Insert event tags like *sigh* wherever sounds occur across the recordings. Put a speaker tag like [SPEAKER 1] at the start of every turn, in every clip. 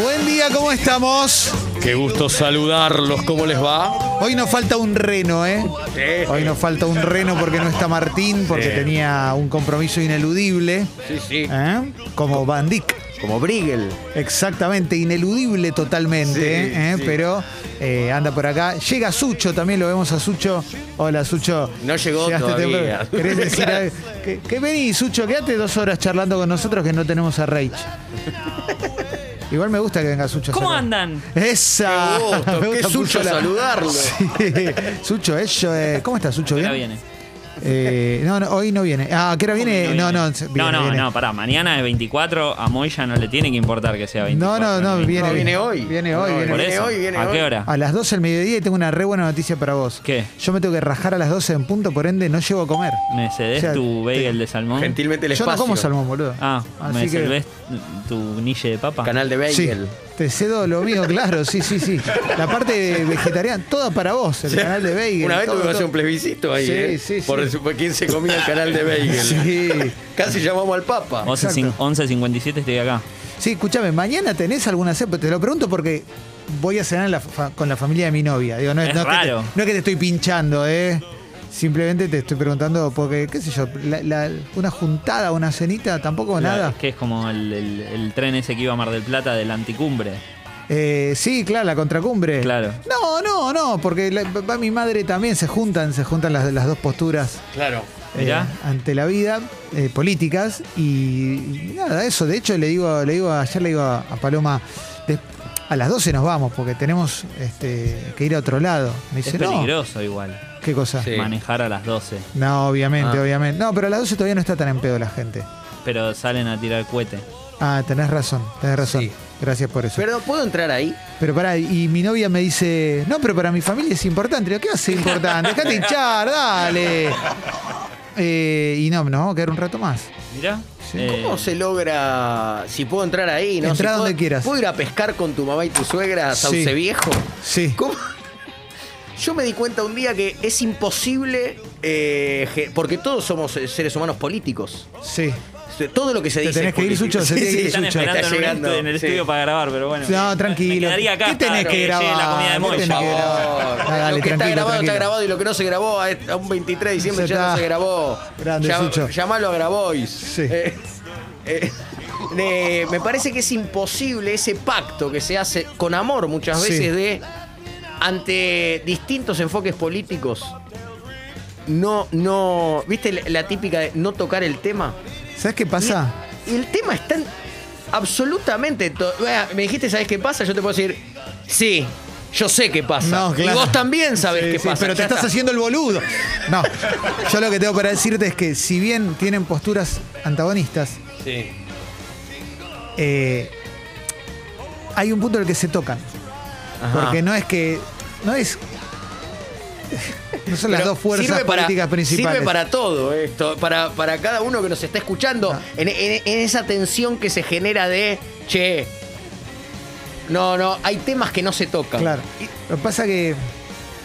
[SPEAKER 1] Buen día, ¿cómo estamos?
[SPEAKER 2] Qué gusto saludarlos, ¿cómo les va?
[SPEAKER 1] Hoy nos falta un reno, ¿eh?
[SPEAKER 2] Sí.
[SPEAKER 1] Hoy nos falta un reno porque no está Martín, porque
[SPEAKER 2] Sí.
[SPEAKER 1] tenía un compromiso ineludible.
[SPEAKER 2] Sí, sí.
[SPEAKER 1] ¿eh? Como Van Dyck.
[SPEAKER 3] Como Briegel.
[SPEAKER 1] Exactamente, ineludible totalmente,
[SPEAKER 3] Sí,
[SPEAKER 1] ¿eh?
[SPEAKER 3] sí.
[SPEAKER 1] pero eh, anda por acá. Llega Sucho también, lo vemos a Sucho. Hola, Sucho.
[SPEAKER 3] No llegó
[SPEAKER 1] Llegaste
[SPEAKER 3] todavía.
[SPEAKER 1] temprano.
[SPEAKER 3] *laughs*
[SPEAKER 1] ¿Querés decir algo? ¿Qué, qué venís, Sucho? Quédate dos horas charlando con nosotros que no tenemos a
[SPEAKER 3] *laughs*
[SPEAKER 1] Reich. Igual me gusta que venga Sucho. a
[SPEAKER 4] ¿Cómo
[SPEAKER 1] saludar.
[SPEAKER 4] andan?
[SPEAKER 1] ¡Esa!
[SPEAKER 3] Qué
[SPEAKER 1] *laughs*
[SPEAKER 3] gusto,
[SPEAKER 1] Me
[SPEAKER 3] qué
[SPEAKER 1] gusta
[SPEAKER 3] Sucho
[SPEAKER 1] mucho *laughs*
[SPEAKER 3] saludarlo.
[SPEAKER 1] Sí. Sucho, eso es. ¿Cómo estás, Sucho?
[SPEAKER 4] Ahora
[SPEAKER 1] ¿Bien?
[SPEAKER 4] viene.
[SPEAKER 1] Eh, no, no, hoy no viene. Ah, ¿qué hora viene? No, no,
[SPEAKER 4] no,
[SPEAKER 1] viene,
[SPEAKER 4] no,
[SPEAKER 1] viene.
[SPEAKER 4] no, pará. Mañana es 24. A Moya no le tiene que importar que sea 24.
[SPEAKER 1] No, no, no,
[SPEAKER 4] ni-
[SPEAKER 1] viene,
[SPEAKER 3] No, viene hoy.
[SPEAKER 1] Viene hoy,
[SPEAKER 3] No,
[SPEAKER 1] viene
[SPEAKER 4] Por
[SPEAKER 1] hoy.
[SPEAKER 4] eso.
[SPEAKER 3] hoy, viene
[SPEAKER 4] ¿A
[SPEAKER 3] hoy.
[SPEAKER 4] qué hora?
[SPEAKER 1] A las 12 del mediodía y tengo una re buena noticia para vos.
[SPEAKER 4] ¿Qué?
[SPEAKER 1] Yo me tengo que rajar a las 12 en punto, por ende no llego a comer.
[SPEAKER 4] ¿Me cedes
[SPEAKER 1] O sea,
[SPEAKER 4] tu
[SPEAKER 1] te-
[SPEAKER 4] bagel de salmón?
[SPEAKER 3] Gentilmente el
[SPEAKER 1] ¿Mm? Yo
[SPEAKER 3] espacio.
[SPEAKER 1] no como salmón, boludo.
[SPEAKER 4] Ah, ¿me
[SPEAKER 1] Así que-
[SPEAKER 4] cedes tu nille de papa?
[SPEAKER 3] Canal de
[SPEAKER 1] Sí,
[SPEAKER 3] Briegel.
[SPEAKER 1] te cedo lo mío, claro, sí, sí, sí. La parte vegetariana, toda para vos, el canal de Bagel.
[SPEAKER 3] Una vez
[SPEAKER 1] todo,
[SPEAKER 3] tuvimos que hacer
[SPEAKER 1] todo.
[SPEAKER 3] un plebiscito ahí,
[SPEAKER 1] Sí,
[SPEAKER 3] ¿eh?
[SPEAKER 1] sí, sí.
[SPEAKER 3] Por el- por quién se comía el canal de Briegel.
[SPEAKER 1] *laughs* Sí.
[SPEAKER 3] Casi llamamos al Papa.
[SPEAKER 4] 11 cin- 11.57 estoy acá.
[SPEAKER 1] Sí, escúchame, mañana tenés alguna cepa. Te lo pregunto porque voy a cenar en la fa- con la familia de mi novia. Digo, no,
[SPEAKER 4] Es
[SPEAKER 1] no que te-
[SPEAKER 4] raro.
[SPEAKER 1] no es que te estoy pinchando, ¿eh? Simplemente te estoy preguntando porque, qué sé yo, la- la- una juntada, una cenita, tampoco
[SPEAKER 4] La-
[SPEAKER 1] nada.
[SPEAKER 4] Es que es como el, el- el tren ese que iba a Mar del Plata de la anticumbre.
[SPEAKER 1] Eh, sí, claro, la contracumbre.
[SPEAKER 4] Claro.
[SPEAKER 1] No, no, no, porque la- va mi madre también, se juntan, se juntan las, las dos posturas.
[SPEAKER 3] Claro.
[SPEAKER 1] eh,
[SPEAKER 4] Mirá.
[SPEAKER 1] ante la vida, eh, políticas, y, y nada, eso. De hecho, le digo, le digo, ayer le digo a, a Paloma, "Des- a las 12 nos vamos, porque tenemos este, que ir a otro lado. Me
[SPEAKER 4] Es
[SPEAKER 1] dice, no,
[SPEAKER 4] peligroso igual
[SPEAKER 1] ¿qué cosa?
[SPEAKER 3] Sí.
[SPEAKER 4] manejar a las 12.
[SPEAKER 1] No, obviamente,
[SPEAKER 3] Ah.
[SPEAKER 1] obviamente. No, pero a las 12 todavía no está tan en pedo la gente.
[SPEAKER 4] Pero salen a tirar cohete.
[SPEAKER 1] Ah, tenés razón, tenés razón.
[SPEAKER 3] Sí.
[SPEAKER 1] Gracias por eso. Pero,
[SPEAKER 3] Pero ¿puedo entrar ahí?
[SPEAKER 1] pará, y mi novia me dice, no, pero para mi familia es importante. Le digo, ¿Qué va a ser importante? Dejate hinchar, dale. Eh, y no, nos vamos a quedar un rato más.
[SPEAKER 4] Mirá.
[SPEAKER 1] Sí.
[SPEAKER 4] eh,
[SPEAKER 3] ¿Cómo se logra? Si puedo entrar ahí, ¿no?
[SPEAKER 1] Entrá
[SPEAKER 3] Si
[SPEAKER 1] donde
[SPEAKER 3] puedo-
[SPEAKER 1] quieras.
[SPEAKER 3] ¿Puedo ir a pescar con tu mamá y tu suegra a
[SPEAKER 1] Sí.
[SPEAKER 3] Sauce Viejo?
[SPEAKER 1] Sí.
[SPEAKER 3] ¿Cómo? *laughs* Yo me di cuenta un día que es imposible, eh, ge- porque todos somos eh, seres humanos políticos.
[SPEAKER 1] Sí.
[SPEAKER 3] Todo lo que se
[SPEAKER 1] Te
[SPEAKER 3] dice.
[SPEAKER 1] tenés
[SPEAKER 3] es
[SPEAKER 1] que ir,
[SPEAKER 3] político.
[SPEAKER 1] Sucho, se tiene que ir,
[SPEAKER 4] Están
[SPEAKER 1] Sucho.
[SPEAKER 4] esperando
[SPEAKER 3] Está
[SPEAKER 4] en, un
[SPEAKER 3] llegando,
[SPEAKER 4] estu- en el
[SPEAKER 3] sí.
[SPEAKER 4] estudio para grabar, pero bueno.
[SPEAKER 1] No,
[SPEAKER 4] Me
[SPEAKER 1] tranquilo.
[SPEAKER 4] quedaría acá
[SPEAKER 1] ¿Qué tenés
[SPEAKER 4] hasta
[SPEAKER 1] que
[SPEAKER 4] llegue
[SPEAKER 1] grabar?
[SPEAKER 4] la comida de
[SPEAKER 1] ¿Qué
[SPEAKER 4] Moya.
[SPEAKER 1] tenés que
[SPEAKER 3] Por favor.
[SPEAKER 1] grabar? Ah, dale,
[SPEAKER 3] lo que está
[SPEAKER 1] tranquilo,
[SPEAKER 3] grabado
[SPEAKER 1] tranquilo.
[SPEAKER 3] está grabado y lo que no se grabó a este, a un 23 de diciembre
[SPEAKER 1] Ya
[SPEAKER 3] ya no
[SPEAKER 1] está.
[SPEAKER 3] se grabó.
[SPEAKER 1] Grande, Sucho.
[SPEAKER 3] Llamalo a Grabois.
[SPEAKER 1] Sí.
[SPEAKER 3] Eh, *laughs* eh, eh, me parece que es imposible ese pacto que se hace con amor muchas
[SPEAKER 1] Sí.
[SPEAKER 3] veces de ante distintos enfoques políticos. No, no. ¿Viste la- la típica de no tocar el tema?
[SPEAKER 1] ¿Sabes qué pasa?
[SPEAKER 3] Y el tema está en- absolutamente. to- Vea, Me dijiste, ¿sabes qué pasa? Yo te puedo decir, sí, yo sé qué pasa.
[SPEAKER 1] No, claro.
[SPEAKER 3] Y vos también sabés
[SPEAKER 1] Sí,
[SPEAKER 3] qué
[SPEAKER 1] sí,
[SPEAKER 3] pasa.
[SPEAKER 1] Pero te
[SPEAKER 3] Ya
[SPEAKER 1] estás
[SPEAKER 3] está.
[SPEAKER 1] haciendo el boludo. No, yo lo que tengo para decirte es que si bien tienen posturas antagonistas, eh, hay un punto en el que se tocan.
[SPEAKER 3] Ajá.
[SPEAKER 1] Porque no es que. No es. No son las
[SPEAKER 3] Pero
[SPEAKER 1] dos fuerzas
[SPEAKER 3] sirve para-
[SPEAKER 1] políticas principales.
[SPEAKER 3] Sirve para todo esto, para, para cada uno que nos está escuchando,
[SPEAKER 1] Ah.
[SPEAKER 3] en, en- en esa tensión que se genera de, che, no, no, hay temas que no se tocan.
[SPEAKER 1] Claro. Lo que pasa que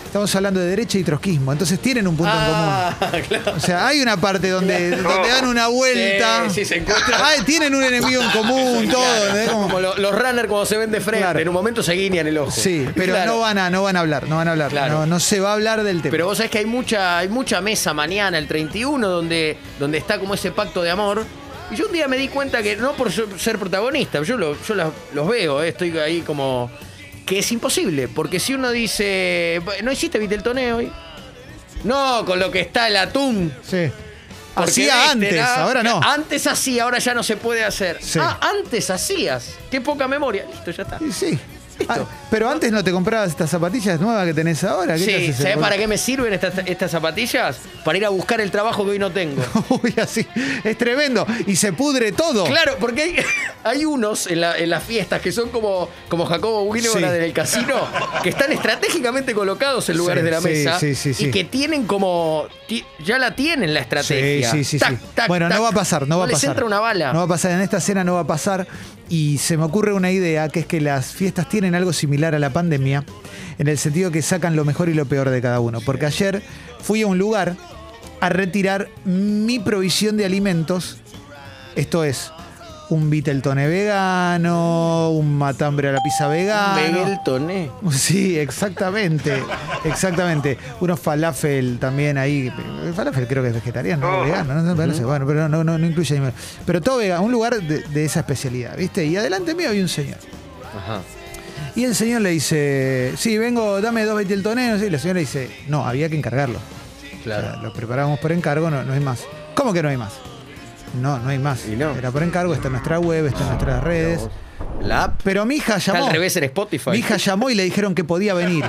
[SPEAKER 1] estamos hablando de derecha y trotskismo, entonces tienen un punto en común.
[SPEAKER 3] Ah, *laughs* claro.
[SPEAKER 1] O sea, hay una parte
[SPEAKER 3] *laughs*
[SPEAKER 1] donde, donde dan una vuelta.
[SPEAKER 3] Sí, sí, se encuentran.
[SPEAKER 1] Ah, tienen un enemigo en común, todo. ¿entendés? Como-
[SPEAKER 3] Como lo- los runners cuando se ven de frente,
[SPEAKER 1] Claro.
[SPEAKER 3] en un momento se guiñan el ojo.
[SPEAKER 1] Sí, pero
[SPEAKER 3] Claro.
[SPEAKER 1] no, van a, no van a hablar, no van a hablar.
[SPEAKER 3] Claro.
[SPEAKER 1] No, no se va a hablar del tema.
[SPEAKER 3] Pero vos sabés que hay mucha, hay mucha mesa mañana, el 31, donde, donde está como ese pacto de amor. Y yo un día me di cuenta que, no por yo ser protagonista, yo, lo- yo la- los veo, eh, estoy ahí como. que es imposible, porque si uno dice. ¿No hiciste Viteltoné hoy? No, con lo que está el atún.
[SPEAKER 1] sí.
[SPEAKER 3] Porque,
[SPEAKER 1] Hacía
[SPEAKER 3] viste,
[SPEAKER 1] antes,
[SPEAKER 3] ah,
[SPEAKER 1] ahora no.
[SPEAKER 3] Antes hacía, ahora ya no se puede hacer.
[SPEAKER 1] Sí.
[SPEAKER 3] Ah, antes hacías. Qué poca memoria. Listo, ya está.
[SPEAKER 1] Y sí.
[SPEAKER 3] Listo.
[SPEAKER 1] Ah, pero antes no te comprabas estas zapatillas nuevas que tenés ahora. ¿Qué te
[SPEAKER 3] Sí,
[SPEAKER 1] haces,
[SPEAKER 3] ¿sabés
[SPEAKER 1] boludo?
[SPEAKER 3] para qué me sirven estas, estas zapatillas? Para ir a buscar el trabajo que hoy
[SPEAKER 1] *laughs*
[SPEAKER 3] no tengo.
[SPEAKER 1] *laughs* Uy, así. Es tremendo. Y se pudre todo.
[SPEAKER 3] Claro, porque hay, *laughs* hay unos en, la- en las fiestas que son como, como Jacobo Winograd
[SPEAKER 1] Sí.
[SPEAKER 3] en el casino, que están estratégicamente colocados en lugares
[SPEAKER 1] Sí,
[SPEAKER 3] de la
[SPEAKER 1] sí,
[SPEAKER 3] mesa
[SPEAKER 1] sí, sí,
[SPEAKER 3] y
[SPEAKER 1] sí.
[SPEAKER 3] que tienen como. ti- ya la tienen la estrategia.
[SPEAKER 1] Sí, sí, sí.
[SPEAKER 3] Tac,
[SPEAKER 1] sí.
[SPEAKER 3] tac,
[SPEAKER 1] bueno,
[SPEAKER 3] tac.
[SPEAKER 1] no va a pasar, no, va a
[SPEAKER 3] les
[SPEAKER 1] pasar.
[SPEAKER 3] entra una bala.
[SPEAKER 1] No va a pasar, en esta cena no va a pasar. Y se me ocurre una idea, que es que las fiestas tienen algo similar a la pandemia, en el sentido que sacan lo mejor y lo peor de cada uno. Porque ayer fui a un lugar a retirar mi provisión de alimentos, esto es, un Viteltone vegano, un matambre a la pizza vegano.
[SPEAKER 3] Megelton, eh.
[SPEAKER 1] *laughs* Sí, exactamente, exactamente. Unos falafel también ahí. El falafel creo que es vegetariano, no vegano, no, sé, no sé, bueno, pero no, no, no incluye animal. Pero todo vegano, un lugar de, de esa especialidad, ¿viste? Y adelante mío había un señor.
[SPEAKER 3] Ajá.
[SPEAKER 1] Y el señor le dice, sí, vengo, dame dos Viteltoneros. Y la señora le dice, no, había que encargarlo. O
[SPEAKER 3] Claro.
[SPEAKER 1] sea, lo preparamos por encargo, no, no hay más. ¿Cómo que no hay más? No, no hay más.
[SPEAKER 3] Y no.
[SPEAKER 1] Era por encargo, está en nuestra web, está en nuestras redes.
[SPEAKER 3] La app
[SPEAKER 1] Pero mi hija
[SPEAKER 3] está
[SPEAKER 1] llamó.
[SPEAKER 3] al revés en Spotify.
[SPEAKER 1] Mi hija llamó y le dijeron que podía venir.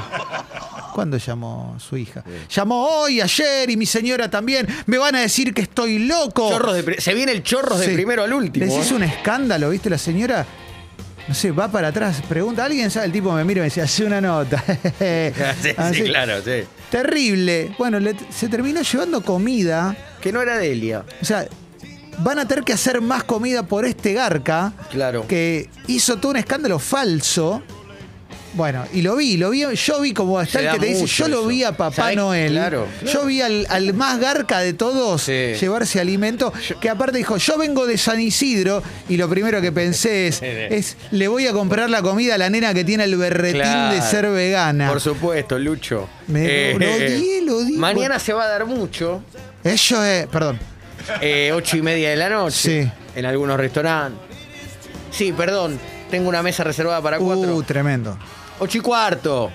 [SPEAKER 1] ¿Cuándo llamó su hija? Llamó hoy, ayer y mi señora también. Me van a decir que estoy loco.
[SPEAKER 3] Chorros de pri- se viene el chorros
[SPEAKER 1] Sí.
[SPEAKER 3] de primero al último.
[SPEAKER 1] Les hizo
[SPEAKER 3] eh.
[SPEAKER 1] un escándalo, ¿viste? La señora, no sé, va para atrás, pregunta. Alguien sabe, el tipo me mira y me dice, hace una nota.
[SPEAKER 3] *laughs* *laughs* sí,
[SPEAKER 1] Así.
[SPEAKER 3] sí, claro, sí.
[SPEAKER 1] Terrible. Bueno, le- se terminó llevando comida.
[SPEAKER 3] Que no era Delia.
[SPEAKER 1] O sea, van a tener que hacer más comida por este garca.
[SPEAKER 3] Claro.
[SPEAKER 1] Que hizo todo un escándalo falso. Bueno, y lo vi, lo vi, yo vi como hasta
[SPEAKER 3] Se
[SPEAKER 1] el que
[SPEAKER 3] da
[SPEAKER 1] te dice,
[SPEAKER 3] mucho
[SPEAKER 1] yo lo
[SPEAKER 3] eso.
[SPEAKER 1] vi a Papá
[SPEAKER 3] ¿Sabés?
[SPEAKER 1] Noel.
[SPEAKER 3] Claro.
[SPEAKER 1] Yo vi al, al más garca de todos
[SPEAKER 3] Sí.
[SPEAKER 1] llevarse alimento, que aparte dijo, yo vengo de San Isidro, y lo primero que pensé
[SPEAKER 3] *laughs*
[SPEAKER 1] es, es le voy a comprar la comida a la nena que tiene el berretín de
[SPEAKER 3] Claro.
[SPEAKER 1] ser vegana.
[SPEAKER 3] Por supuesto, Lucho.
[SPEAKER 1] Me-
[SPEAKER 3] Eh,
[SPEAKER 1] lo odié, lo odié.
[SPEAKER 3] Mañana se va a dar mucho,
[SPEAKER 1] Eso es, perdón,
[SPEAKER 3] eh, ocho y media de la noche,
[SPEAKER 1] Sí.
[SPEAKER 3] en algunos restaurantes. Sí, perdón, tengo una mesa reservada para cuatro.
[SPEAKER 1] uh, tremendo.
[SPEAKER 3] Ocho y cuarto.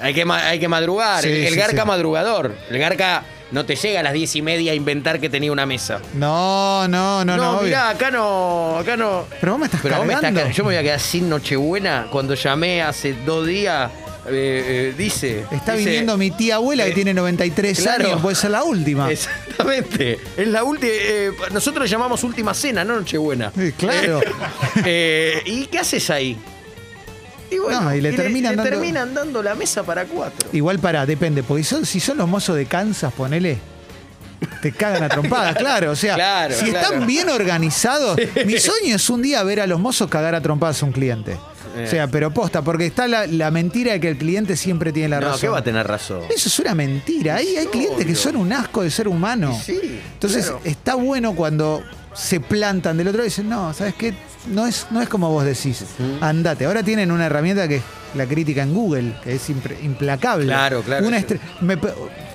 [SPEAKER 3] Hay que, ma- hay que madrugar.
[SPEAKER 1] Sí,
[SPEAKER 3] el, el
[SPEAKER 1] sí,
[SPEAKER 3] garca
[SPEAKER 1] sí.
[SPEAKER 3] madrugador. El garca no te llega a las diez y media a inventar que tenía una mesa.
[SPEAKER 1] No, no, no, no. obvio.
[SPEAKER 3] mirá, acá no, acá no.
[SPEAKER 1] Pero vos me estás
[SPEAKER 3] Pero vos me estás
[SPEAKER 1] cargando.
[SPEAKER 3] car- Yo me voy a quedar sin Nochebuena cuando llamé hace dos días. eh, eh, dice.
[SPEAKER 1] Está
[SPEAKER 3] dice-
[SPEAKER 1] viniendo mi tía abuela que
[SPEAKER 3] eh,
[SPEAKER 1] tiene 93
[SPEAKER 3] claro.
[SPEAKER 1] años, puede ser la última.
[SPEAKER 3] Exactamente. Es la última. nosotros llamamos última cena, no Nochebuena.
[SPEAKER 1] Eh, claro.
[SPEAKER 3] *laughs* Eh, ¿Y qué haces ahí? Y
[SPEAKER 1] No, y le terminan dando-
[SPEAKER 3] terminan dando la mesa para cuatro.
[SPEAKER 1] Igual para, depende, porque son- si son los mozos de Kansas, ponele. Te cagan a
[SPEAKER 3] *laughs*
[SPEAKER 1] trompadas, claro. O sea,
[SPEAKER 3] Claro,
[SPEAKER 1] si están
[SPEAKER 3] claro.
[SPEAKER 1] bien organizados, mi sueño es un día ver a los mozos cagar a trompadas a un cliente. O
[SPEAKER 3] Eh.
[SPEAKER 1] sea, pero posta, porque está la, la mentira de que el cliente siempre tiene la
[SPEAKER 3] no,
[SPEAKER 1] razón.
[SPEAKER 3] ¿qué va a tener razón?
[SPEAKER 1] Eso es una mentira. Ahí hay clientes que
[SPEAKER 3] obvio.
[SPEAKER 1] son un asco de ser humano.
[SPEAKER 3] Y sí,
[SPEAKER 1] Entonces, eh,
[SPEAKER 3] claro.
[SPEAKER 1] está bueno cuando se plantan del otro lado y dicen, no, ¿sabes qué? No es, no es como vos decís. Andate. Ahora tienen una herramienta que es la crítica en Google, que es impre- implacable.
[SPEAKER 3] Claro, claro.
[SPEAKER 1] Una estre- me, pe-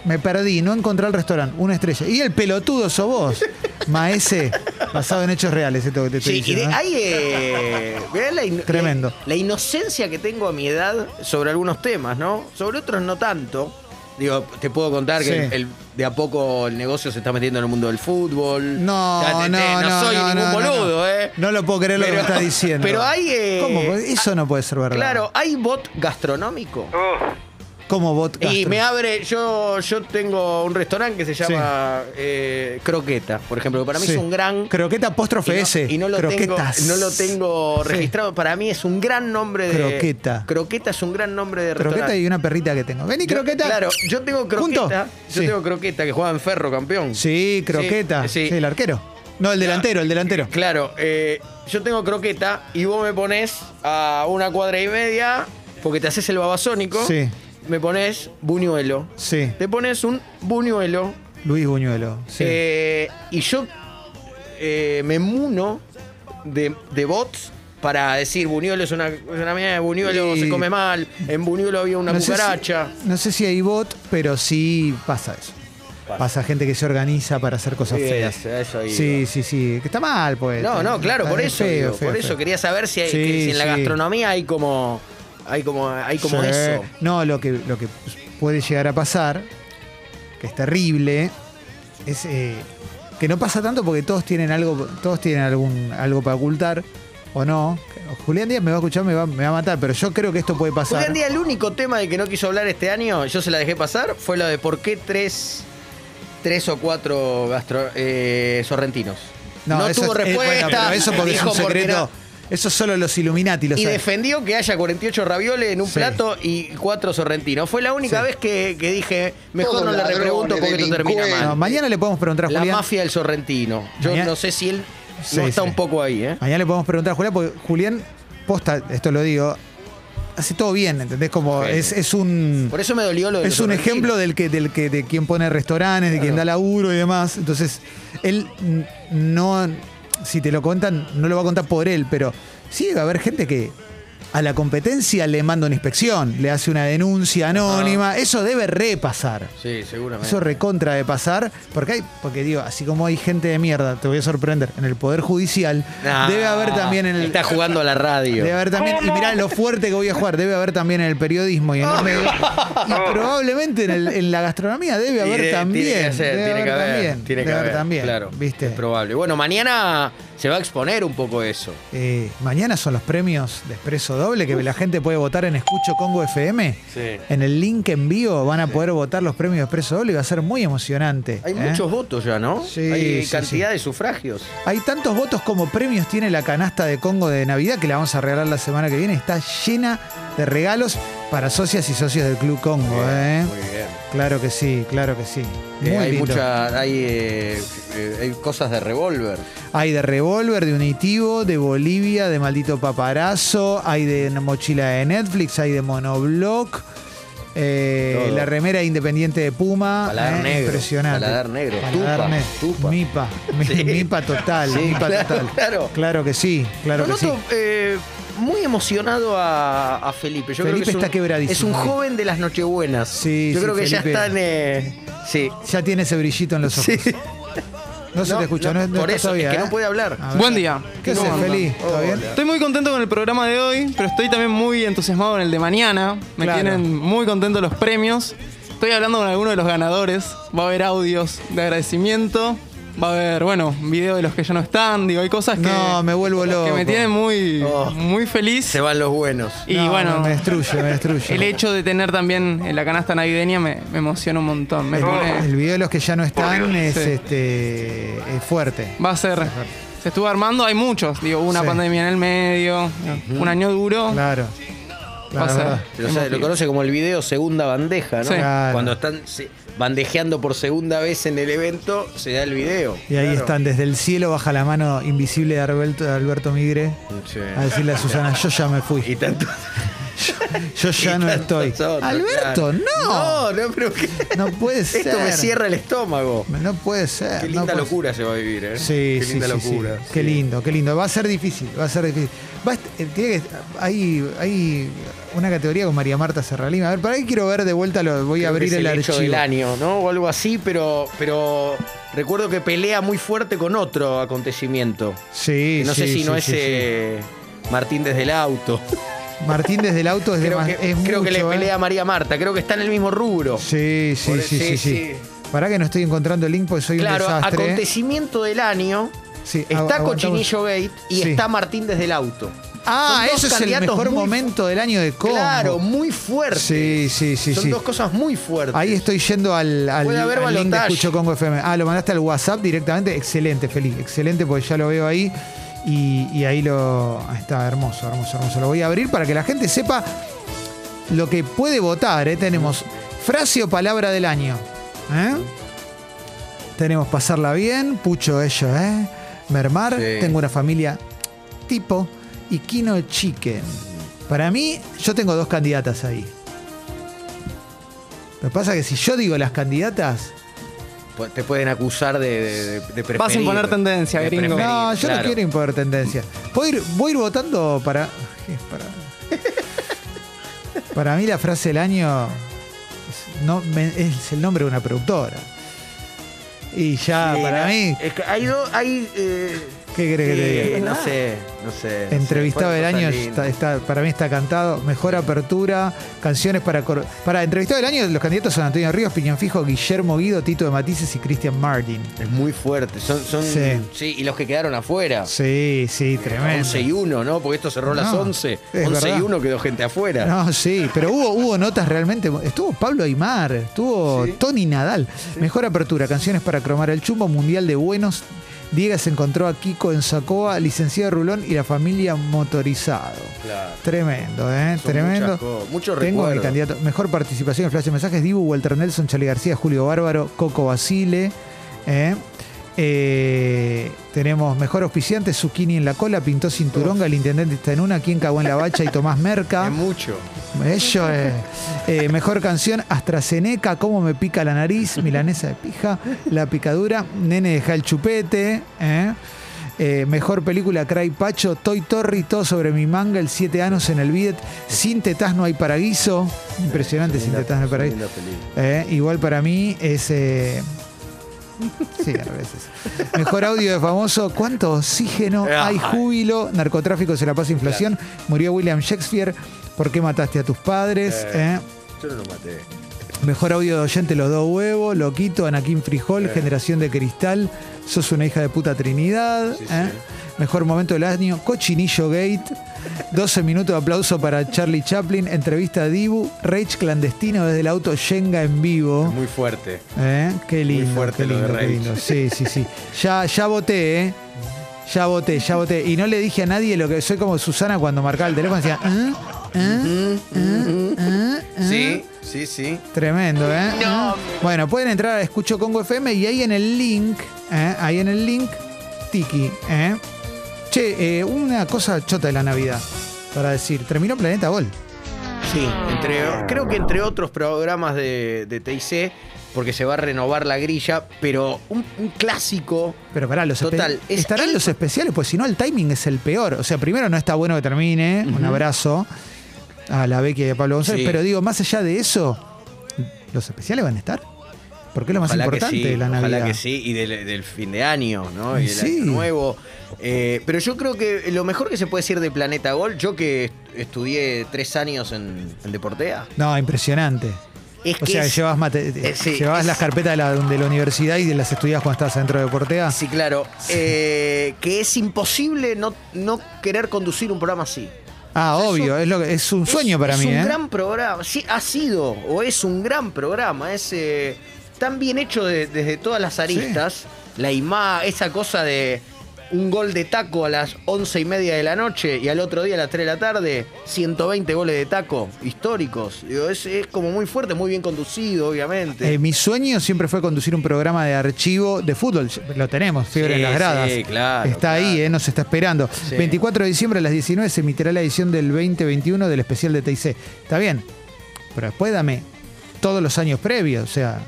[SPEAKER 1] me perdí, no encontré el restaurante. Una estrella. Y el pelotudo sos
[SPEAKER 3] *laughs*
[SPEAKER 1] vos. Maese, basado en hechos reales, esto que te estoy
[SPEAKER 3] Sí, y
[SPEAKER 1] diciendo.
[SPEAKER 3] de-
[SPEAKER 1] ¿eh?
[SPEAKER 3] hay. eh, mirá la in-
[SPEAKER 1] Tremendo.
[SPEAKER 3] La, la inocencia que tengo a mi edad sobre algunos temas, ¿no? Sobre otros no tanto. Digo, te puedo contar que
[SPEAKER 1] Sí.
[SPEAKER 3] el- el- de a poco el negocio se está metiendo en el mundo del fútbol.
[SPEAKER 1] No,
[SPEAKER 3] Ya, te- te-
[SPEAKER 1] no, no,
[SPEAKER 3] soy
[SPEAKER 1] no,
[SPEAKER 3] ningún
[SPEAKER 1] no, no.
[SPEAKER 3] boludo, ¿eh?
[SPEAKER 1] No lo puedo creer lo que
[SPEAKER 3] *laughs* Pero-
[SPEAKER 1] me estás diciendo.
[SPEAKER 3] pero hay, eh,
[SPEAKER 1] ¿Cómo? Eso no puede ser verdad.
[SPEAKER 3] Claro, hay bot gastronómico.
[SPEAKER 1] Como bot
[SPEAKER 3] Y
[SPEAKER 1] gastro.
[SPEAKER 3] me abre, yo, yo tengo un restaurante que se llama eh, Croqueta, por ejemplo, que para mí
[SPEAKER 1] Sí.
[SPEAKER 3] es un gran
[SPEAKER 1] Croqueta apóstrofe
[SPEAKER 3] y no-
[SPEAKER 1] S.
[SPEAKER 3] Y no lo, tengo,
[SPEAKER 1] Croquetas.
[SPEAKER 3] no lo tengo
[SPEAKER 1] Sí.
[SPEAKER 3] registrado. Para mí es un gran nombre de.
[SPEAKER 1] Croqueta.
[SPEAKER 3] Croqueta es un gran nombre de
[SPEAKER 1] Croqueta
[SPEAKER 3] restaurante.
[SPEAKER 1] y una perrita que tengo. Vení,
[SPEAKER 3] Yo-
[SPEAKER 1] croqueta.
[SPEAKER 3] Claro, yo tengo croqueta.
[SPEAKER 1] ¿Junto?
[SPEAKER 3] Yo
[SPEAKER 1] Sí.
[SPEAKER 3] tengo croqueta que juega en ferro, campeón.
[SPEAKER 1] Sí, croqueta.
[SPEAKER 3] Sí, sí.
[SPEAKER 1] Sí, el arquero. No, el delantero, el delantero.
[SPEAKER 3] Claro, eh, yo tengo croqueta y vos me pones a una cuadra y media, porque te haces el babasónico.
[SPEAKER 1] Sí.
[SPEAKER 3] Me pones buñuelo.
[SPEAKER 1] Sí,
[SPEAKER 3] Te pones un buñuelo.
[SPEAKER 1] Luis Buñuelo. Sí.
[SPEAKER 3] eh, y yo eh, me muno de, de bots para decir Buñuelo es una, es una mierda, Buñuelo
[SPEAKER 1] Y-
[SPEAKER 3] se come mal, en Buñuelo había una
[SPEAKER 1] No sé si-
[SPEAKER 3] cucaracha.
[SPEAKER 1] no sé si hay bot, pero sí pasa eso. Pasa gente que se organiza para hacer cosas
[SPEAKER 3] Sí,
[SPEAKER 1] feas.
[SPEAKER 3] eso- eso digo.
[SPEAKER 1] sí, sí, sí. Que está mal, pues.
[SPEAKER 3] No, no,
[SPEAKER 1] Está-
[SPEAKER 3] claro,
[SPEAKER 1] está
[SPEAKER 3] por eso,
[SPEAKER 1] feo,
[SPEAKER 3] digo,
[SPEAKER 1] feo,
[SPEAKER 3] por eso
[SPEAKER 1] feo.
[SPEAKER 3] quería saber si, hay-
[SPEAKER 1] Sí,
[SPEAKER 3] que si en la
[SPEAKER 1] sí.
[SPEAKER 3] gastronomía hay como hay como hay como
[SPEAKER 1] Sí.
[SPEAKER 3] eso.
[SPEAKER 1] No, lo que, lo que puede llegar a pasar, que es terrible, es eh, que no pasa tanto porque todos tienen algo, todos tienen algún algo para ocultar o no. Julián Díaz me va a escuchar, me va, me va a matar, pero yo creo que esto puede pasar.
[SPEAKER 3] Hoy en día el único tema de que no quiso hablar este año, yo se la dejé pasar, fue lo de por qué tres, tres o cuatro gastro- eh, sorrentinos. No,
[SPEAKER 1] eso
[SPEAKER 3] tuvo
[SPEAKER 1] es- eh, bueno,
[SPEAKER 3] respuesta.
[SPEAKER 1] pero eso porque es
[SPEAKER 3] dijo
[SPEAKER 1] un
[SPEAKER 3] porque
[SPEAKER 1] secreto.
[SPEAKER 3] no.
[SPEAKER 1] Eso solo los Illuminati lo
[SPEAKER 3] y
[SPEAKER 1] saben.
[SPEAKER 3] defendió que haya 48 ravioles en un
[SPEAKER 1] Sí.
[SPEAKER 3] plato y cuatro sorrentinos. Fue la única
[SPEAKER 1] Sí.
[SPEAKER 3] vez que, que dije, mejor
[SPEAKER 5] Todos
[SPEAKER 3] no le
[SPEAKER 5] ladrones,
[SPEAKER 3] repregunto porque esto termina
[SPEAKER 5] delincuentes.
[SPEAKER 3] mal.
[SPEAKER 1] No, mañana le podemos preguntar a
[SPEAKER 3] la
[SPEAKER 1] Julián.
[SPEAKER 3] mafia del sorrentino. Yo
[SPEAKER 1] Mañana-
[SPEAKER 3] no sé si él
[SPEAKER 1] Sí,
[SPEAKER 3] no está
[SPEAKER 1] sí.
[SPEAKER 3] un poco ahí, ¿eh?
[SPEAKER 1] Mañana le podemos preguntar a Julián, porque Julián, posta, esto lo digo, hace todo bien, ¿entendés? Como
[SPEAKER 3] Genio.
[SPEAKER 1] es, es un.
[SPEAKER 3] Por eso me dolió lo de
[SPEAKER 1] Es un ejemplo del que, del que, de quien pone restaurantes, de quien da laburo y demás. Entonces, él n- no. si te lo cuentan, no lo va a contar por él, pero sí va a haber gente que a la competencia le manda una inspección, le hace una denuncia anónima. Eso debe repasar.
[SPEAKER 3] Sí, seguramente.
[SPEAKER 1] Eso recontra de pasar, porque hay, porque digo, así como hay gente de mierda, te voy a sorprender, en el Poder Judicial,
[SPEAKER 3] Ah,
[SPEAKER 1] debe haber también en el.
[SPEAKER 3] Está jugando a la radio.
[SPEAKER 1] Debe haber también, y mirá lo fuerte que voy a jugar, debe haber también en el periodismo y en los medios. Y probablemente en, el- en la gastronomía debe haber
[SPEAKER 3] Tiene-
[SPEAKER 1] también.
[SPEAKER 3] Tiene que,
[SPEAKER 1] debe
[SPEAKER 3] ser, tiene
[SPEAKER 1] haber
[SPEAKER 3] que haber.
[SPEAKER 1] también,
[SPEAKER 3] tiene que
[SPEAKER 1] debe
[SPEAKER 3] haber,
[SPEAKER 1] también.
[SPEAKER 3] Claro.
[SPEAKER 1] ¿viste?
[SPEAKER 3] Es probable. Bueno, mañana se va a exponer un poco eso.
[SPEAKER 1] Eh, mañana son los premios de Expreso Doble, que la gente puede votar en Escucho Congo FM.
[SPEAKER 3] Sí.
[SPEAKER 1] En el link en vivo van a poder votar los premios de Expreso Doble y va a ser muy emocionante.
[SPEAKER 3] Hay
[SPEAKER 1] ¿eh?
[SPEAKER 3] muchos votos ya, ¿no?
[SPEAKER 1] Sí,
[SPEAKER 3] Hay
[SPEAKER 1] sí,
[SPEAKER 3] cantidad
[SPEAKER 1] sí.
[SPEAKER 3] de sufragios.
[SPEAKER 1] Hay tantos votos como premios tiene la canasta de Congo de Navidad que la vamos a regalar la semana que viene. Está llena de regalos para socias y socios del Club Congo. ¿eh?
[SPEAKER 3] Muy bien.
[SPEAKER 1] Claro que sí, claro que sí.
[SPEAKER 3] Eh,
[SPEAKER 1] Muy
[SPEAKER 3] hay
[SPEAKER 1] lindo.
[SPEAKER 3] mucha, hay, eh, eh, hay cosas de revólver.
[SPEAKER 1] Hay de Revolver, de Unitivo, de Bolivia, de Maldito Paparazo, hay de una Mochila de Netflix, hay de Monoblock, eh,
[SPEAKER 3] Todo.
[SPEAKER 1] la remera independiente de Puma.
[SPEAKER 3] Paladar
[SPEAKER 1] eh,
[SPEAKER 3] negro,
[SPEAKER 1] Impresionante.
[SPEAKER 3] paladar negro, tupa,
[SPEAKER 1] ne-
[SPEAKER 3] tupa. *laughs*
[SPEAKER 1] Mipa. mi-
[SPEAKER 3] Sí.
[SPEAKER 1] Mipa total.
[SPEAKER 3] Sí,
[SPEAKER 1] mipa
[SPEAKER 3] claro,
[SPEAKER 1] total.
[SPEAKER 3] claro.
[SPEAKER 1] que sí, claro
[SPEAKER 3] Lo
[SPEAKER 1] que sí.
[SPEAKER 3] noto, eh, muy emocionado a, a Felipe.
[SPEAKER 1] Felipe
[SPEAKER 3] Yo creo que es
[SPEAKER 1] está
[SPEAKER 3] un,
[SPEAKER 1] quebradísimo.
[SPEAKER 3] Es un joven de las Nochebuenas.
[SPEAKER 1] Sí,
[SPEAKER 3] Yo
[SPEAKER 1] sí,
[SPEAKER 3] creo que ya
[SPEAKER 1] Felipe.
[SPEAKER 3] están. eh, sí.
[SPEAKER 1] Ya tiene ese brillito en los ojos.
[SPEAKER 3] Sí.
[SPEAKER 1] No se
[SPEAKER 3] No,
[SPEAKER 1] te escucha, no,
[SPEAKER 3] no,
[SPEAKER 1] no
[SPEAKER 3] por
[SPEAKER 1] está
[SPEAKER 3] eso,
[SPEAKER 1] todavía,
[SPEAKER 3] es que
[SPEAKER 1] ¿eh?
[SPEAKER 3] no puede hablar.
[SPEAKER 1] A ver.
[SPEAKER 5] Buen día.
[SPEAKER 1] ¿Qué
[SPEAKER 5] ¿Cómo
[SPEAKER 1] haces,
[SPEAKER 5] andan?
[SPEAKER 1] feliz? ¿Todo bien?
[SPEAKER 5] Estoy muy contento con el programa de hoy, pero estoy también muy entusiasmado con el de mañana. Me
[SPEAKER 1] Claro.
[SPEAKER 5] tienen muy contentos los premios. Estoy hablando con algunos de los ganadores. Va a haber audios de agradecimiento. Va a haber, bueno, videos de los que ya no están. Digo, hay cosas que,
[SPEAKER 1] No, me vuelvo loco.
[SPEAKER 5] que me tienen muy,
[SPEAKER 3] Oh.
[SPEAKER 5] muy feliz.
[SPEAKER 3] Se van los buenos.
[SPEAKER 5] y
[SPEAKER 1] No,
[SPEAKER 5] bueno,
[SPEAKER 1] no, me destruye, me destruye.
[SPEAKER 5] el hecho de tener también en la canasta navideña me, me emociona un montón. Me
[SPEAKER 1] El,
[SPEAKER 5] pone-
[SPEAKER 1] el video de los que ya no están es
[SPEAKER 5] Sí.
[SPEAKER 1] este es fuerte.
[SPEAKER 5] Va a ser. Se estuvo armando, hay muchos. Digo, una
[SPEAKER 1] Sí.
[SPEAKER 5] pandemia en el medio, un año duro.
[SPEAKER 1] Claro.
[SPEAKER 5] Va a
[SPEAKER 1] Claro,
[SPEAKER 5] ser.
[SPEAKER 1] verdad.
[SPEAKER 3] Lo, sabe- lo conoce como el video segunda bandeja, ¿no?
[SPEAKER 5] Sí.
[SPEAKER 1] Claro.
[SPEAKER 3] Cuando están se- bandejeando por segunda vez en el evento, se da el video.
[SPEAKER 1] Y ahí
[SPEAKER 3] Claro.
[SPEAKER 1] están, desde el cielo baja la mano invisible de Alberto, de Alberto Migre
[SPEAKER 3] Sí.
[SPEAKER 1] a decirle a Susana, yo ya me
[SPEAKER 3] Y
[SPEAKER 1] fui,
[SPEAKER 3] tanto.
[SPEAKER 1] yo *laughs* ya no
[SPEAKER 3] y tantos
[SPEAKER 1] estoy.
[SPEAKER 3] otros,
[SPEAKER 1] Alberto,
[SPEAKER 3] claro.
[SPEAKER 1] no,
[SPEAKER 3] No, no, pero ¿qué?
[SPEAKER 1] no puede ser.
[SPEAKER 3] Esto me cierra el estómago.
[SPEAKER 1] No puede ser.
[SPEAKER 3] Qué
[SPEAKER 1] no
[SPEAKER 3] linda
[SPEAKER 1] puede ser.
[SPEAKER 3] locura se va a vivir, ¿eh?
[SPEAKER 1] Sí,
[SPEAKER 3] Qué
[SPEAKER 1] sí,
[SPEAKER 3] linda
[SPEAKER 1] sí, sí.
[SPEAKER 3] locura.
[SPEAKER 1] Qué
[SPEAKER 3] Sí.
[SPEAKER 1] lindo, qué lindo. Va a ser difícil, va a ser difícil. Va a est- eh, tiene que- hay, hay una categoría con María Marta Serralín. A ver, para ahí quiero ver de vuelta, lo, voy
[SPEAKER 3] Creo
[SPEAKER 1] a
[SPEAKER 3] que
[SPEAKER 1] abrir
[SPEAKER 3] es
[SPEAKER 1] el,
[SPEAKER 3] hecho
[SPEAKER 1] archivo.
[SPEAKER 3] del año, ¿no? O algo así, pero, pero recuerdo que pelea muy fuerte con otro acontecimiento.
[SPEAKER 1] Sí,
[SPEAKER 3] Que no sé
[SPEAKER 1] sí,
[SPEAKER 3] si no
[SPEAKER 1] sí,
[SPEAKER 3] es
[SPEAKER 1] sí, sí.
[SPEAKER 3] eh, Martín desde el auto.
[SPEAKER 1] Martín desde el auto es, de
[SPEAKER 3] Creo,
[SPEAKER 1] más-
[SPEAKER 3] que,
[SPEAKER 1] es
[SPEAKER 3] creo que le
[SPEAKER 1] mucho, ¿eh?
[SPEAKER 3] pelea a María Marta. Creo que está en el mismo rubro.
[SPEAKER 1] Sí, sí,
[SPEAKER 3] Por-
[SPEAKER 1] sí, sí, sí.
[SPEAKER 3] sí, sí.
[SPEAKER 1] Pará que no estoy encontrando el link porque soy
[SPEAKER 3] Claro,
[SPEAKER 1] un desastre. ¿eh?
[SPEAKER 3] acontecimiento del año.
[SPEAKER 1] Sí, agu-
[SPEAKER 3] Está
[SPEAKER 1] aguantamos.
[SPEAKER 3] Cochinillo Gate y
[SPEAKER 1] Sí.
[SPEAKER 3] está Martín desde el auto.
[SPEAKER 1] Ah,
[SPEAKER 3] Son dos
[SPEAKER 1] eso es el
[SPEAKER 3] candidatos
[SPEAKER 1] mejor
[SPEAKER 3] muy-
[SPEAKER 1] momento del año de Congo.
[SPEAKER 3] Claro, muy fuerte.
[SPEAKER 1] Sí, sí, sí,
[SPEAKER 3] Son
[SPEAKER 1] sí.
[SPEAKER 3] dos cosas muy fuertes.
[SPEAKER 1] Ahí estoy yendo al, al,
[SPEAKER 3] Puede haber
[SPEAKER 1] al link de
[SPEAKER 3] balotaje.
[SPEAKER 1] Escucho Congo FM. Ah, lo mandaste al WhatsApp directamente. Excelente, Feliz. Excelente, porque ya lo veo ahí. Y, y ahí lo. ahí Está hermoso, hermoso, hermoso. Lo voy a abrir para que la gente sepa lo que puede votar. ¿eh? Tenemos frase o palabra del año. ¿eh? Tenemos pasarla bien, pucho ello, ¿eh? Mermar,
[SPEAKER 3] Sí.
[SPEAKER 1] tengo una familia tipo y Kino Chicken. Para mí, yo tengo dos candidatas ahí. Lo que pasa es que si yo digo las candidatas.
[SPEAKER 3] Pu- Te pueden acusar de, de, de- de preferir.
[SPEAKER 5] Vas a imponer tendencia,
[SPEAKER 3] De
[SPEAKER 5] gringo.
[SPEAKER 3] preferir,
[SPEAKER 1] No, yo no
[SPEAKER 3] claro.
[SPEAKER 1] quiero imponer tendencia. Voy a ir, voy a ir votando para. Para, para mí, la frase del año es, no, me- es el nombre de una productora. Y ya,
[SPEAKER 3] Sí,
[SPEAKER 1] para
[SPEAKER 3] no,
[SPEAKER 1] mí,
[SPEAKER 3] es que hay dos. Hay. eh,
[SPEAKER 1] ¿qué crees que te
[SPEAKER 3] eh,
[SPEAKER 1] diga?
[SPEAKER 3] no sé, no sé. no sé.
[SPEAKER 1] Entrevistado
[SPEAKER 3] Fueron
[SPEAKER 1] del año,
[SPEAKER 3] cosas
[SPEAKER 1] está,
[SPEAKER 3] lindas.
[SPEAKER 1] está- para mí está cantado. Mejor apertura, canciones para. cor- Para entrevistado del año, los candidatos son Antonio Ríos, Piñón Fijo, Guillermo Guido, Tito de Matices y Cristian Martin.
[SPEAKER 3] Es muy fuerte. Son, son,
[SPEAKER 1] Sí.
[SPEAKER 3] sí. Y los que quedaron afuera.
[SPEAKER 1] Sí, sí, tremendo.
[SPEAKER 3] 11 y 1, ¿no? Porque esto cerró a las
[SPEAKER 1] No,
[SPEAKER 3] 11.
[SPEAKER 1] es
[SPEAKER 3] 11 y
[SPEAKER 1] verdad.
[SPEAKER 3] 1 quedó gente afuera. *laughs*
[SPEAKER 1] No, sí, pero hubo, hubo notas realmente. Estuvo Pablo Aymar, estuvo Tony Nadal. Mejor apertura, canciones para cromar el chumbo, Mundial de Buenos. Diego se encontró a Kiko en Sacoa, licenciado Rulón y la familia motorizado.
[SPEAKER 3] Claro.
[SPEAKER 1] Tremendo, ¿eh?
[SPEAKER 3] Son
[SPEAKER 1] Tremendo.
[SPEAKER 3] muchas cosas, muchos
[SPEAKER 1] Tengo a mi
[SPEAKER 3] recuerdos.
[SPEAKER 1] candidato. Mejor participación en Flash de Mensajes: Dibu, Walter Nelson, Charlie García, Julio Bárbaro, Coco Basile. ¿eh? Eh, tenemos mejor auspiciante, Zucchini en la cola, pintó Cinturonga, el intendente está en una, quien cagó en la bacha y Tomás Merca.
[SPEAKER 3] *laughs* Es mucho.
[SPEAKER 1] Ello es. Eh, mejor canción, AstraZeneca, Cómo me pica la nariz, Milanesa de pija, La picadura, Nene deja el chupete. ¿eh? Eh, mejor película, Cry Pacho, Toy Torri, todo sobre mi manga, el 7 años en el bidet, Sin tetas no hay paraíso. Impresionante, sin tetas no hay paraíso. Eh, igual para mí es. eh, Sí, a veces. Mejor audio de famoso. ¿Cuánto oxígeno? Hay júbilo. Narcotráfico se la pasa inflación. Murió William Shakespeare. ¿Por qué mataste a tus padres? Eh,
[SPEAKER 6] Yo no lo maté.
[SPEAKER 1] Mejor audio de oyente, los dos huevos, Loquito, Anaquín Frijol, Generación de Cristal, Sos una hija de puta Trinidad. ¿eh? Mejor momento del año, Cochinillo Gate. 12 minutos de aplauso para Charlie Chaplin, entrevista a Dibu, Rage clandestino desde el auto Shenga en vivo.
[SPEAKER 6] Muy fuerte.
[SPEAKER 1] ¿eh? Qué lindo.
[SPEAKER 6] fuerte
[SPEAKER 1] qué
[SPEAKER 6] lo de
[SPEAKER 1] lindo, qué
[SPEAKER 6] Rage.
[SPEAKER 1] lindo. Sí, sí, sí. Ya, ya voté, ¿eh? Ya voté, ya voté. Y no le dije a nadie lo que soy como Susana cuando marcaba el teléfono, decía, ¿eh? ¿eh? ¿eh? ¿eh? ¿eh?
[SPEAKER 6] Sí, sí, sí.
[SPEAKER 1] Tremendo, ¿eh? Bueno, pueden entrar a Escucho Congo FM y ahí en el link, ¿eh? ahí en el link, Tiki, ¿eh? Che, eh, una cosa chota de la Navidad, para decir, terminó Planeta Gol.
[SPEAKER 3] Sí, entre- creo que entre otros programas de, de TIC, porque se va a renovar la grilla, pero un, un clásico.
[SPEAKER 1] Pero pará, los espe-
[SPEAKER 3] Total, es
[SPEAKER 1] estarán
[SPEAKER 3] el-
[SPEAKER 1] los especiales, pues si no el timing es el peor. O sea, primero no está bueno que termine, un abrazo a la Becky y a Pablo González,
[SPEAKER 6] Sí.
[SPEAKER 1] pero digo, más allá de eso, ¿los especiales van a estar? Porque es lo más
[SPEAKER 3] Ojalá que
[SPEAKER 1] importante
[SPEAKER 3] sí,
[SPEAKER 1] de la Navidad.
[SPEAKER 3] Ojalá que sí, y del, del fin de año, ¿no? Y
[SPEAKER 1] Y
[SPEAKER 3] del
[SPEAKER 1] sí.
[SPEAKER 3] año nuevo. Eh, pero yo creo que lo mejor que se puede decir de Planeta Gol, yo que est- estudié tres años en, en Deportea,
[SPEAKER 1] No, impresionante.
[SPEAKER 3] es
[SPEAKER 1] O
[SPEAKER 3] que
[SPEAKER 1] sea,
[SPEAKER 3] es-
[SPEAKER 1] llevas, mate-
[SPEAKER 3] eh, sí,
[SPEAKER 1] llevas
[SPEAKER 3] es-
[SPEAKER 1] las carpetas de la, de la universidad y de las estudias cuando estabas dentro de Portea.
[SPEAKER 3] Sí, claro. Eh, que es imposible no, no querer conducir un programa así.
[SPEAKER 1] Ah,
[SPEAKER 3] eso-
[SPEAKER 1] obvio, es, lo que- es un sueño
[SPEAKER 3] Es-
[SPEAKER 1] para
[SPEAKER 3] es
[SPEAKER 1] mí,
[SPEAKER 3] un
[SPEAKER 1] ¿eh?
[SPEAKER 3] gran programa. Sí, ha sido, o es un gran programa. Es eh, tan bien hecho de- desde todas las aristas. La ima, esa cosa de un gol de taco a las once y media de la noche y al otro día a las 3 de la tarde, 120 goles de taco históricos. Digo, es, es como muy fuerte, muy bien conducido, obviamente.
[SPEAKER 1] Eh, mi sueño siempre fue conducir un programa de archivo de fútbol. Lo tenemos, Fiebre
[SPEAKER 6] Sí,
[SPEAKER 1] en las gradas.
[SPEAKER 6] sí, claro,
[SPEAKER 1] Está ahí, eh, nos está esperando. 24 de diciembre a las 19 se emitirá la edición del 2021 del especial de TIC. Está bien, pero después dame todos los años previos, o sea,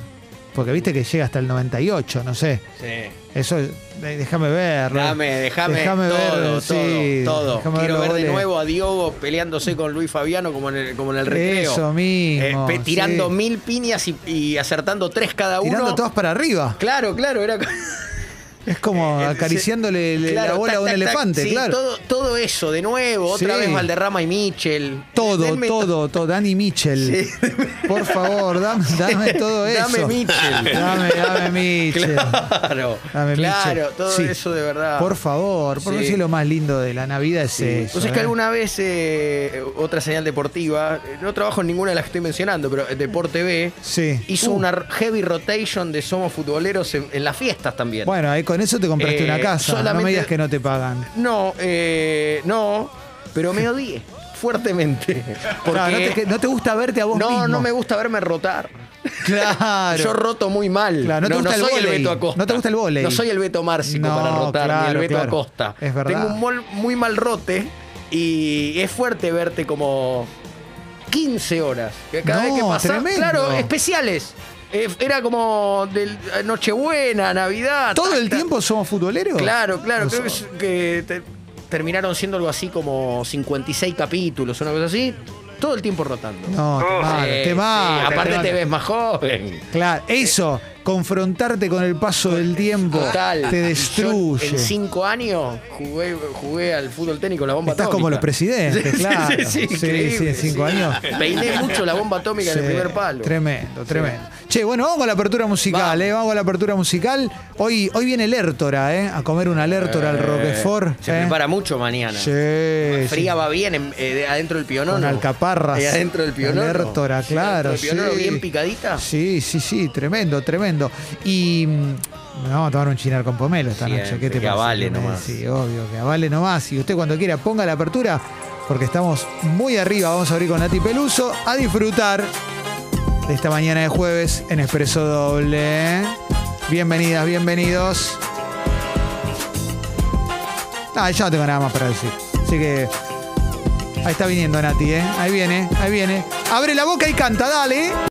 [SPEAKER 1] porque viste que llega hasta el 98, no sé.
[SPEAKER 3] Sí.
[SPEAKER 1] Eso, eh, déjame verlo.
[SPEAKER 3] Dame, déjame, todo,
[SPEAKER 1] ver, sí,
[SPEAKER 3] todo, todo.
[SPEAKER 1] déjame
[SPEAKER 3] Quiero
[SPEAKER 1] los
[SPEAKER 3] ver de
[SPEAKER 1] goles.
[SPEAKER 3] nuevo a Diogo peleándose con Luis Fabiano como en el, como en el recreo. Eh,
[SPEAKER 1] Eso mismo,
[SPEAKER 3] pe- tirando
[SPEAKER 1] sí.
[SPEAKER 3] mil piñas y, y acertando tres cada uno.
[SPEAKER 1] Tirando todas para arriba.
[SPEAKER 3] Claro, *laughs* claro, era
[SPEAKER 1] Es como
[SPEAKER 3] Eh, eh,
[SPEAKER 1] acariciándole le-
[SPEAKER 3] claro,
[SPEAKER 1] la bola
[SPEAKER 3] tac,
[SPEAKER 1] a un
[SPEAKER 3] tac, tac.
[SPEAKER 1] elefante,
[SPEAKER 3] Sí,
[SPEAKER 1] claro.
[SPEAKER 3] Todo, todo eso, de nuevo, otra
[SPEAKER 1] Sí.
[SPEAKER 3] vez Valderrama y Mitchell.
[SPEAKER 1] Todo,
[SPEAKER 3] Denme
[SPEAKER 1] todo, todo. Dani Mitchell. Por favor, dame, dame todo eso.
[SPEAKER 3] Dame Mitchell.
[SPEAKER 1] Dame, dame Mitchell.
[SPEAKER 3] *laughs* Claro,
[SPEAKER 1] Dame
[SPEAKER 3] claro,
[SPEAKER 1] Mitchell.
[SPEAKER 3] todo
[SPEAKER 1] Sí.
[SPEAKER 3] eso de verdad.
[SPEAKER 1] Por favor, por
[SPEAKER 3] Sí.
[SPEAKER 1] decir lo más lindo de la Navidad es eso.
[SPEAKER 3] Entonces que
[SPEAKER 1] ¿eh?
[SPEAKER 3] alguna vez, eh, otra señal deportiva, eh, no trabajo en ninguna de las que estoy mencionando, pero eh, Deporte B
[SPEAKER 1] Sí.
[SPEAKER 3] hizo
[SPEAKER 1] Uh,
[SPEAKER 3] una heavy rotation de Somos Futboleros en, en las fiestas también.
[SPEAKER 1] Uh, Bueno, ahí con eso te compraste
[SPEAKER 3] Eh,
[SPEAKER 1] una casa. No me
[SPEAKER 3] solamente-
[SPEAKER 1] digas que no te pagan.
[SPEAKER 3] No, eh, no, pero me odié fuertemente.
[SPEAKER 1] *laughs*
[SPEAKER 3] Porque
[SPEAKER 1] Claro, no, te, no te gusta verte a vos
[SPEAKER 3] no,
[SPEAKER 1] mismo.
[SPEAKER 3] no me gusta verme rotar.
[SPEAKER 1] Claro.
[SPEAKER 3] Yo roto muy mal.
[SPEAKER 1] Claro, no te gusta el
[SPEAKER 3] soy
[SPEAKER 1] vóley.
[SPEAKER 3] el Beto Acosta.
[SPEAKER 1] No te gusta el vóley.
[SPEAKER 3] No soy el Beto Márcico
[SPEAKER 1] No,
[SPEAKER 3] para rotar, ni el
[SPEAKER 1] claro,
[SPEAKER 3] Beto
[SPEAKER 1] claro.
[SPEAKER 3] Acosta.
[SPEAKER 1] Es verdad.
[SPEAKER 3] Tengo un mol- muy mal rote y es fuerte verte como 15 horas. Que Cada
[SPEAKER 1] No,
[SPEAKER 3] vez que pasás,
[SPEAKER 1] tremendo.
[SPEAKER 3] claro, especiales. Eh, Era como del eh, Nochebuena, Navidad.
[SPEAKER 1] ¿Todo
[SPEAKER 3] tac,
[SPEAKER 1] el
[SPEAKER 3] tac.
[SPEAKER 1] tiempo somos futboleros?
[SPEAKER 3] Claro, claro.
[SPEAKER 1] No
[SPEAKER 3] Creo que,
[SPEAKER 1] so-
[SPEAKER 3] es- que te- terminaron siendo algo así como 56 capítulos, una cosa así. Todo el tiempo rotando.
[SPEAKER 1] No, te mata,
[SPEAKER 3] Sí,
[SPEAKER 1] te
[SPEAKER 3] sí,
[SPEAKER 1] mata,
[SPEAKER 3] Aparte
[SPEAKER 1] mata.
[SPEAKER 3] te ves más joven.
[SPEAKER 1] Claro, eso, confrontarte con el paso del tiempo
[SPEAKER 3] Total.
[SPEAKER 1] te
[SPEAKER 3] Yo
[SPEAKER 1] destruye.
[SPEAKER 3] en cinco años jugué, jugué al fútbol técnico la bomba
[SPEAKER 1] Estás
[SPEAKER 3] atómica.
[SPEAKER 1] como los presidentes,
[SPEAKER 3] *laughs* Sí,
[SPEAKER 1] claro.
[SPEAKER 3] Sí, sí, increíble,
[SPEAKER 1] sí, en cinco
[SPEAKER 3] sí.
[SPEAKER 1] años.
[SPEAKER 3] Peiné mucho la bomba atómica en el
[SPEAKER 1] Sí,
[SPEAKER 3] primer palo.
[SPEAKER 1] Tremendo, tremendo. Che, bueno, vamos a la apertura musical, vamos. ¿eh? Vamos a la apertura musical. Hoy, hoy viene Lertora, ¿eh? A comer una Lertora al Roquefort.
[SPEAKER 3] Eh, Se
[SPEAKER 1] ¿eh?
[SPEAKER 3] prepara mucho mañana.
[SPEAKER 1] Sí,
[SPEAKER 3] Fría
[SPEAKER 1] sí.
[SPEAKER 3] va bien en- eh, de- adentro del pionono.
[SPEAKER 1] Con alcaparras.
[SPEAKER 3] Eh, adentro del pionono.
[SPEAKER 1] Lertora,
[SPEAKER 3] Sí,
[SPEAKER 1] claro.
[SPEAKER 3] adentro del pionono
[SPEAKER 1] sí.
[SPEAKER 3] bien picadita.
[SPEAKER 1] Sí, sí, sí, tremendo, tremendo. Y mm, nos vamos a tomar un chinar con pomelo esta noche.
[SPEAKER 3] Siempre,
[SPEAKER 1] ¿Qué te
[SPEAKER 3] que
[SPEAKER 1] pasa?
[SPEAKER 3] avale
[SPEAKER 1] Eh,
[SPEAKER 3] nomás.
[SPEAKER 1] Sí, obvio, que avale nomás. Y usted cuando quiera ponga la apertura, porque estamos muy arriba. Vamos a abrir con Nati Peluso a disfrutar de esta mañana de jueves en Expreso Doble. Bienvenidas, bienvenidos. Ah, ya no tengo nada más para decir. Así que. Ahí está viniendo Nati, ¿eh? Ahí viene, ahí viene. Abre la boca y canta, dale.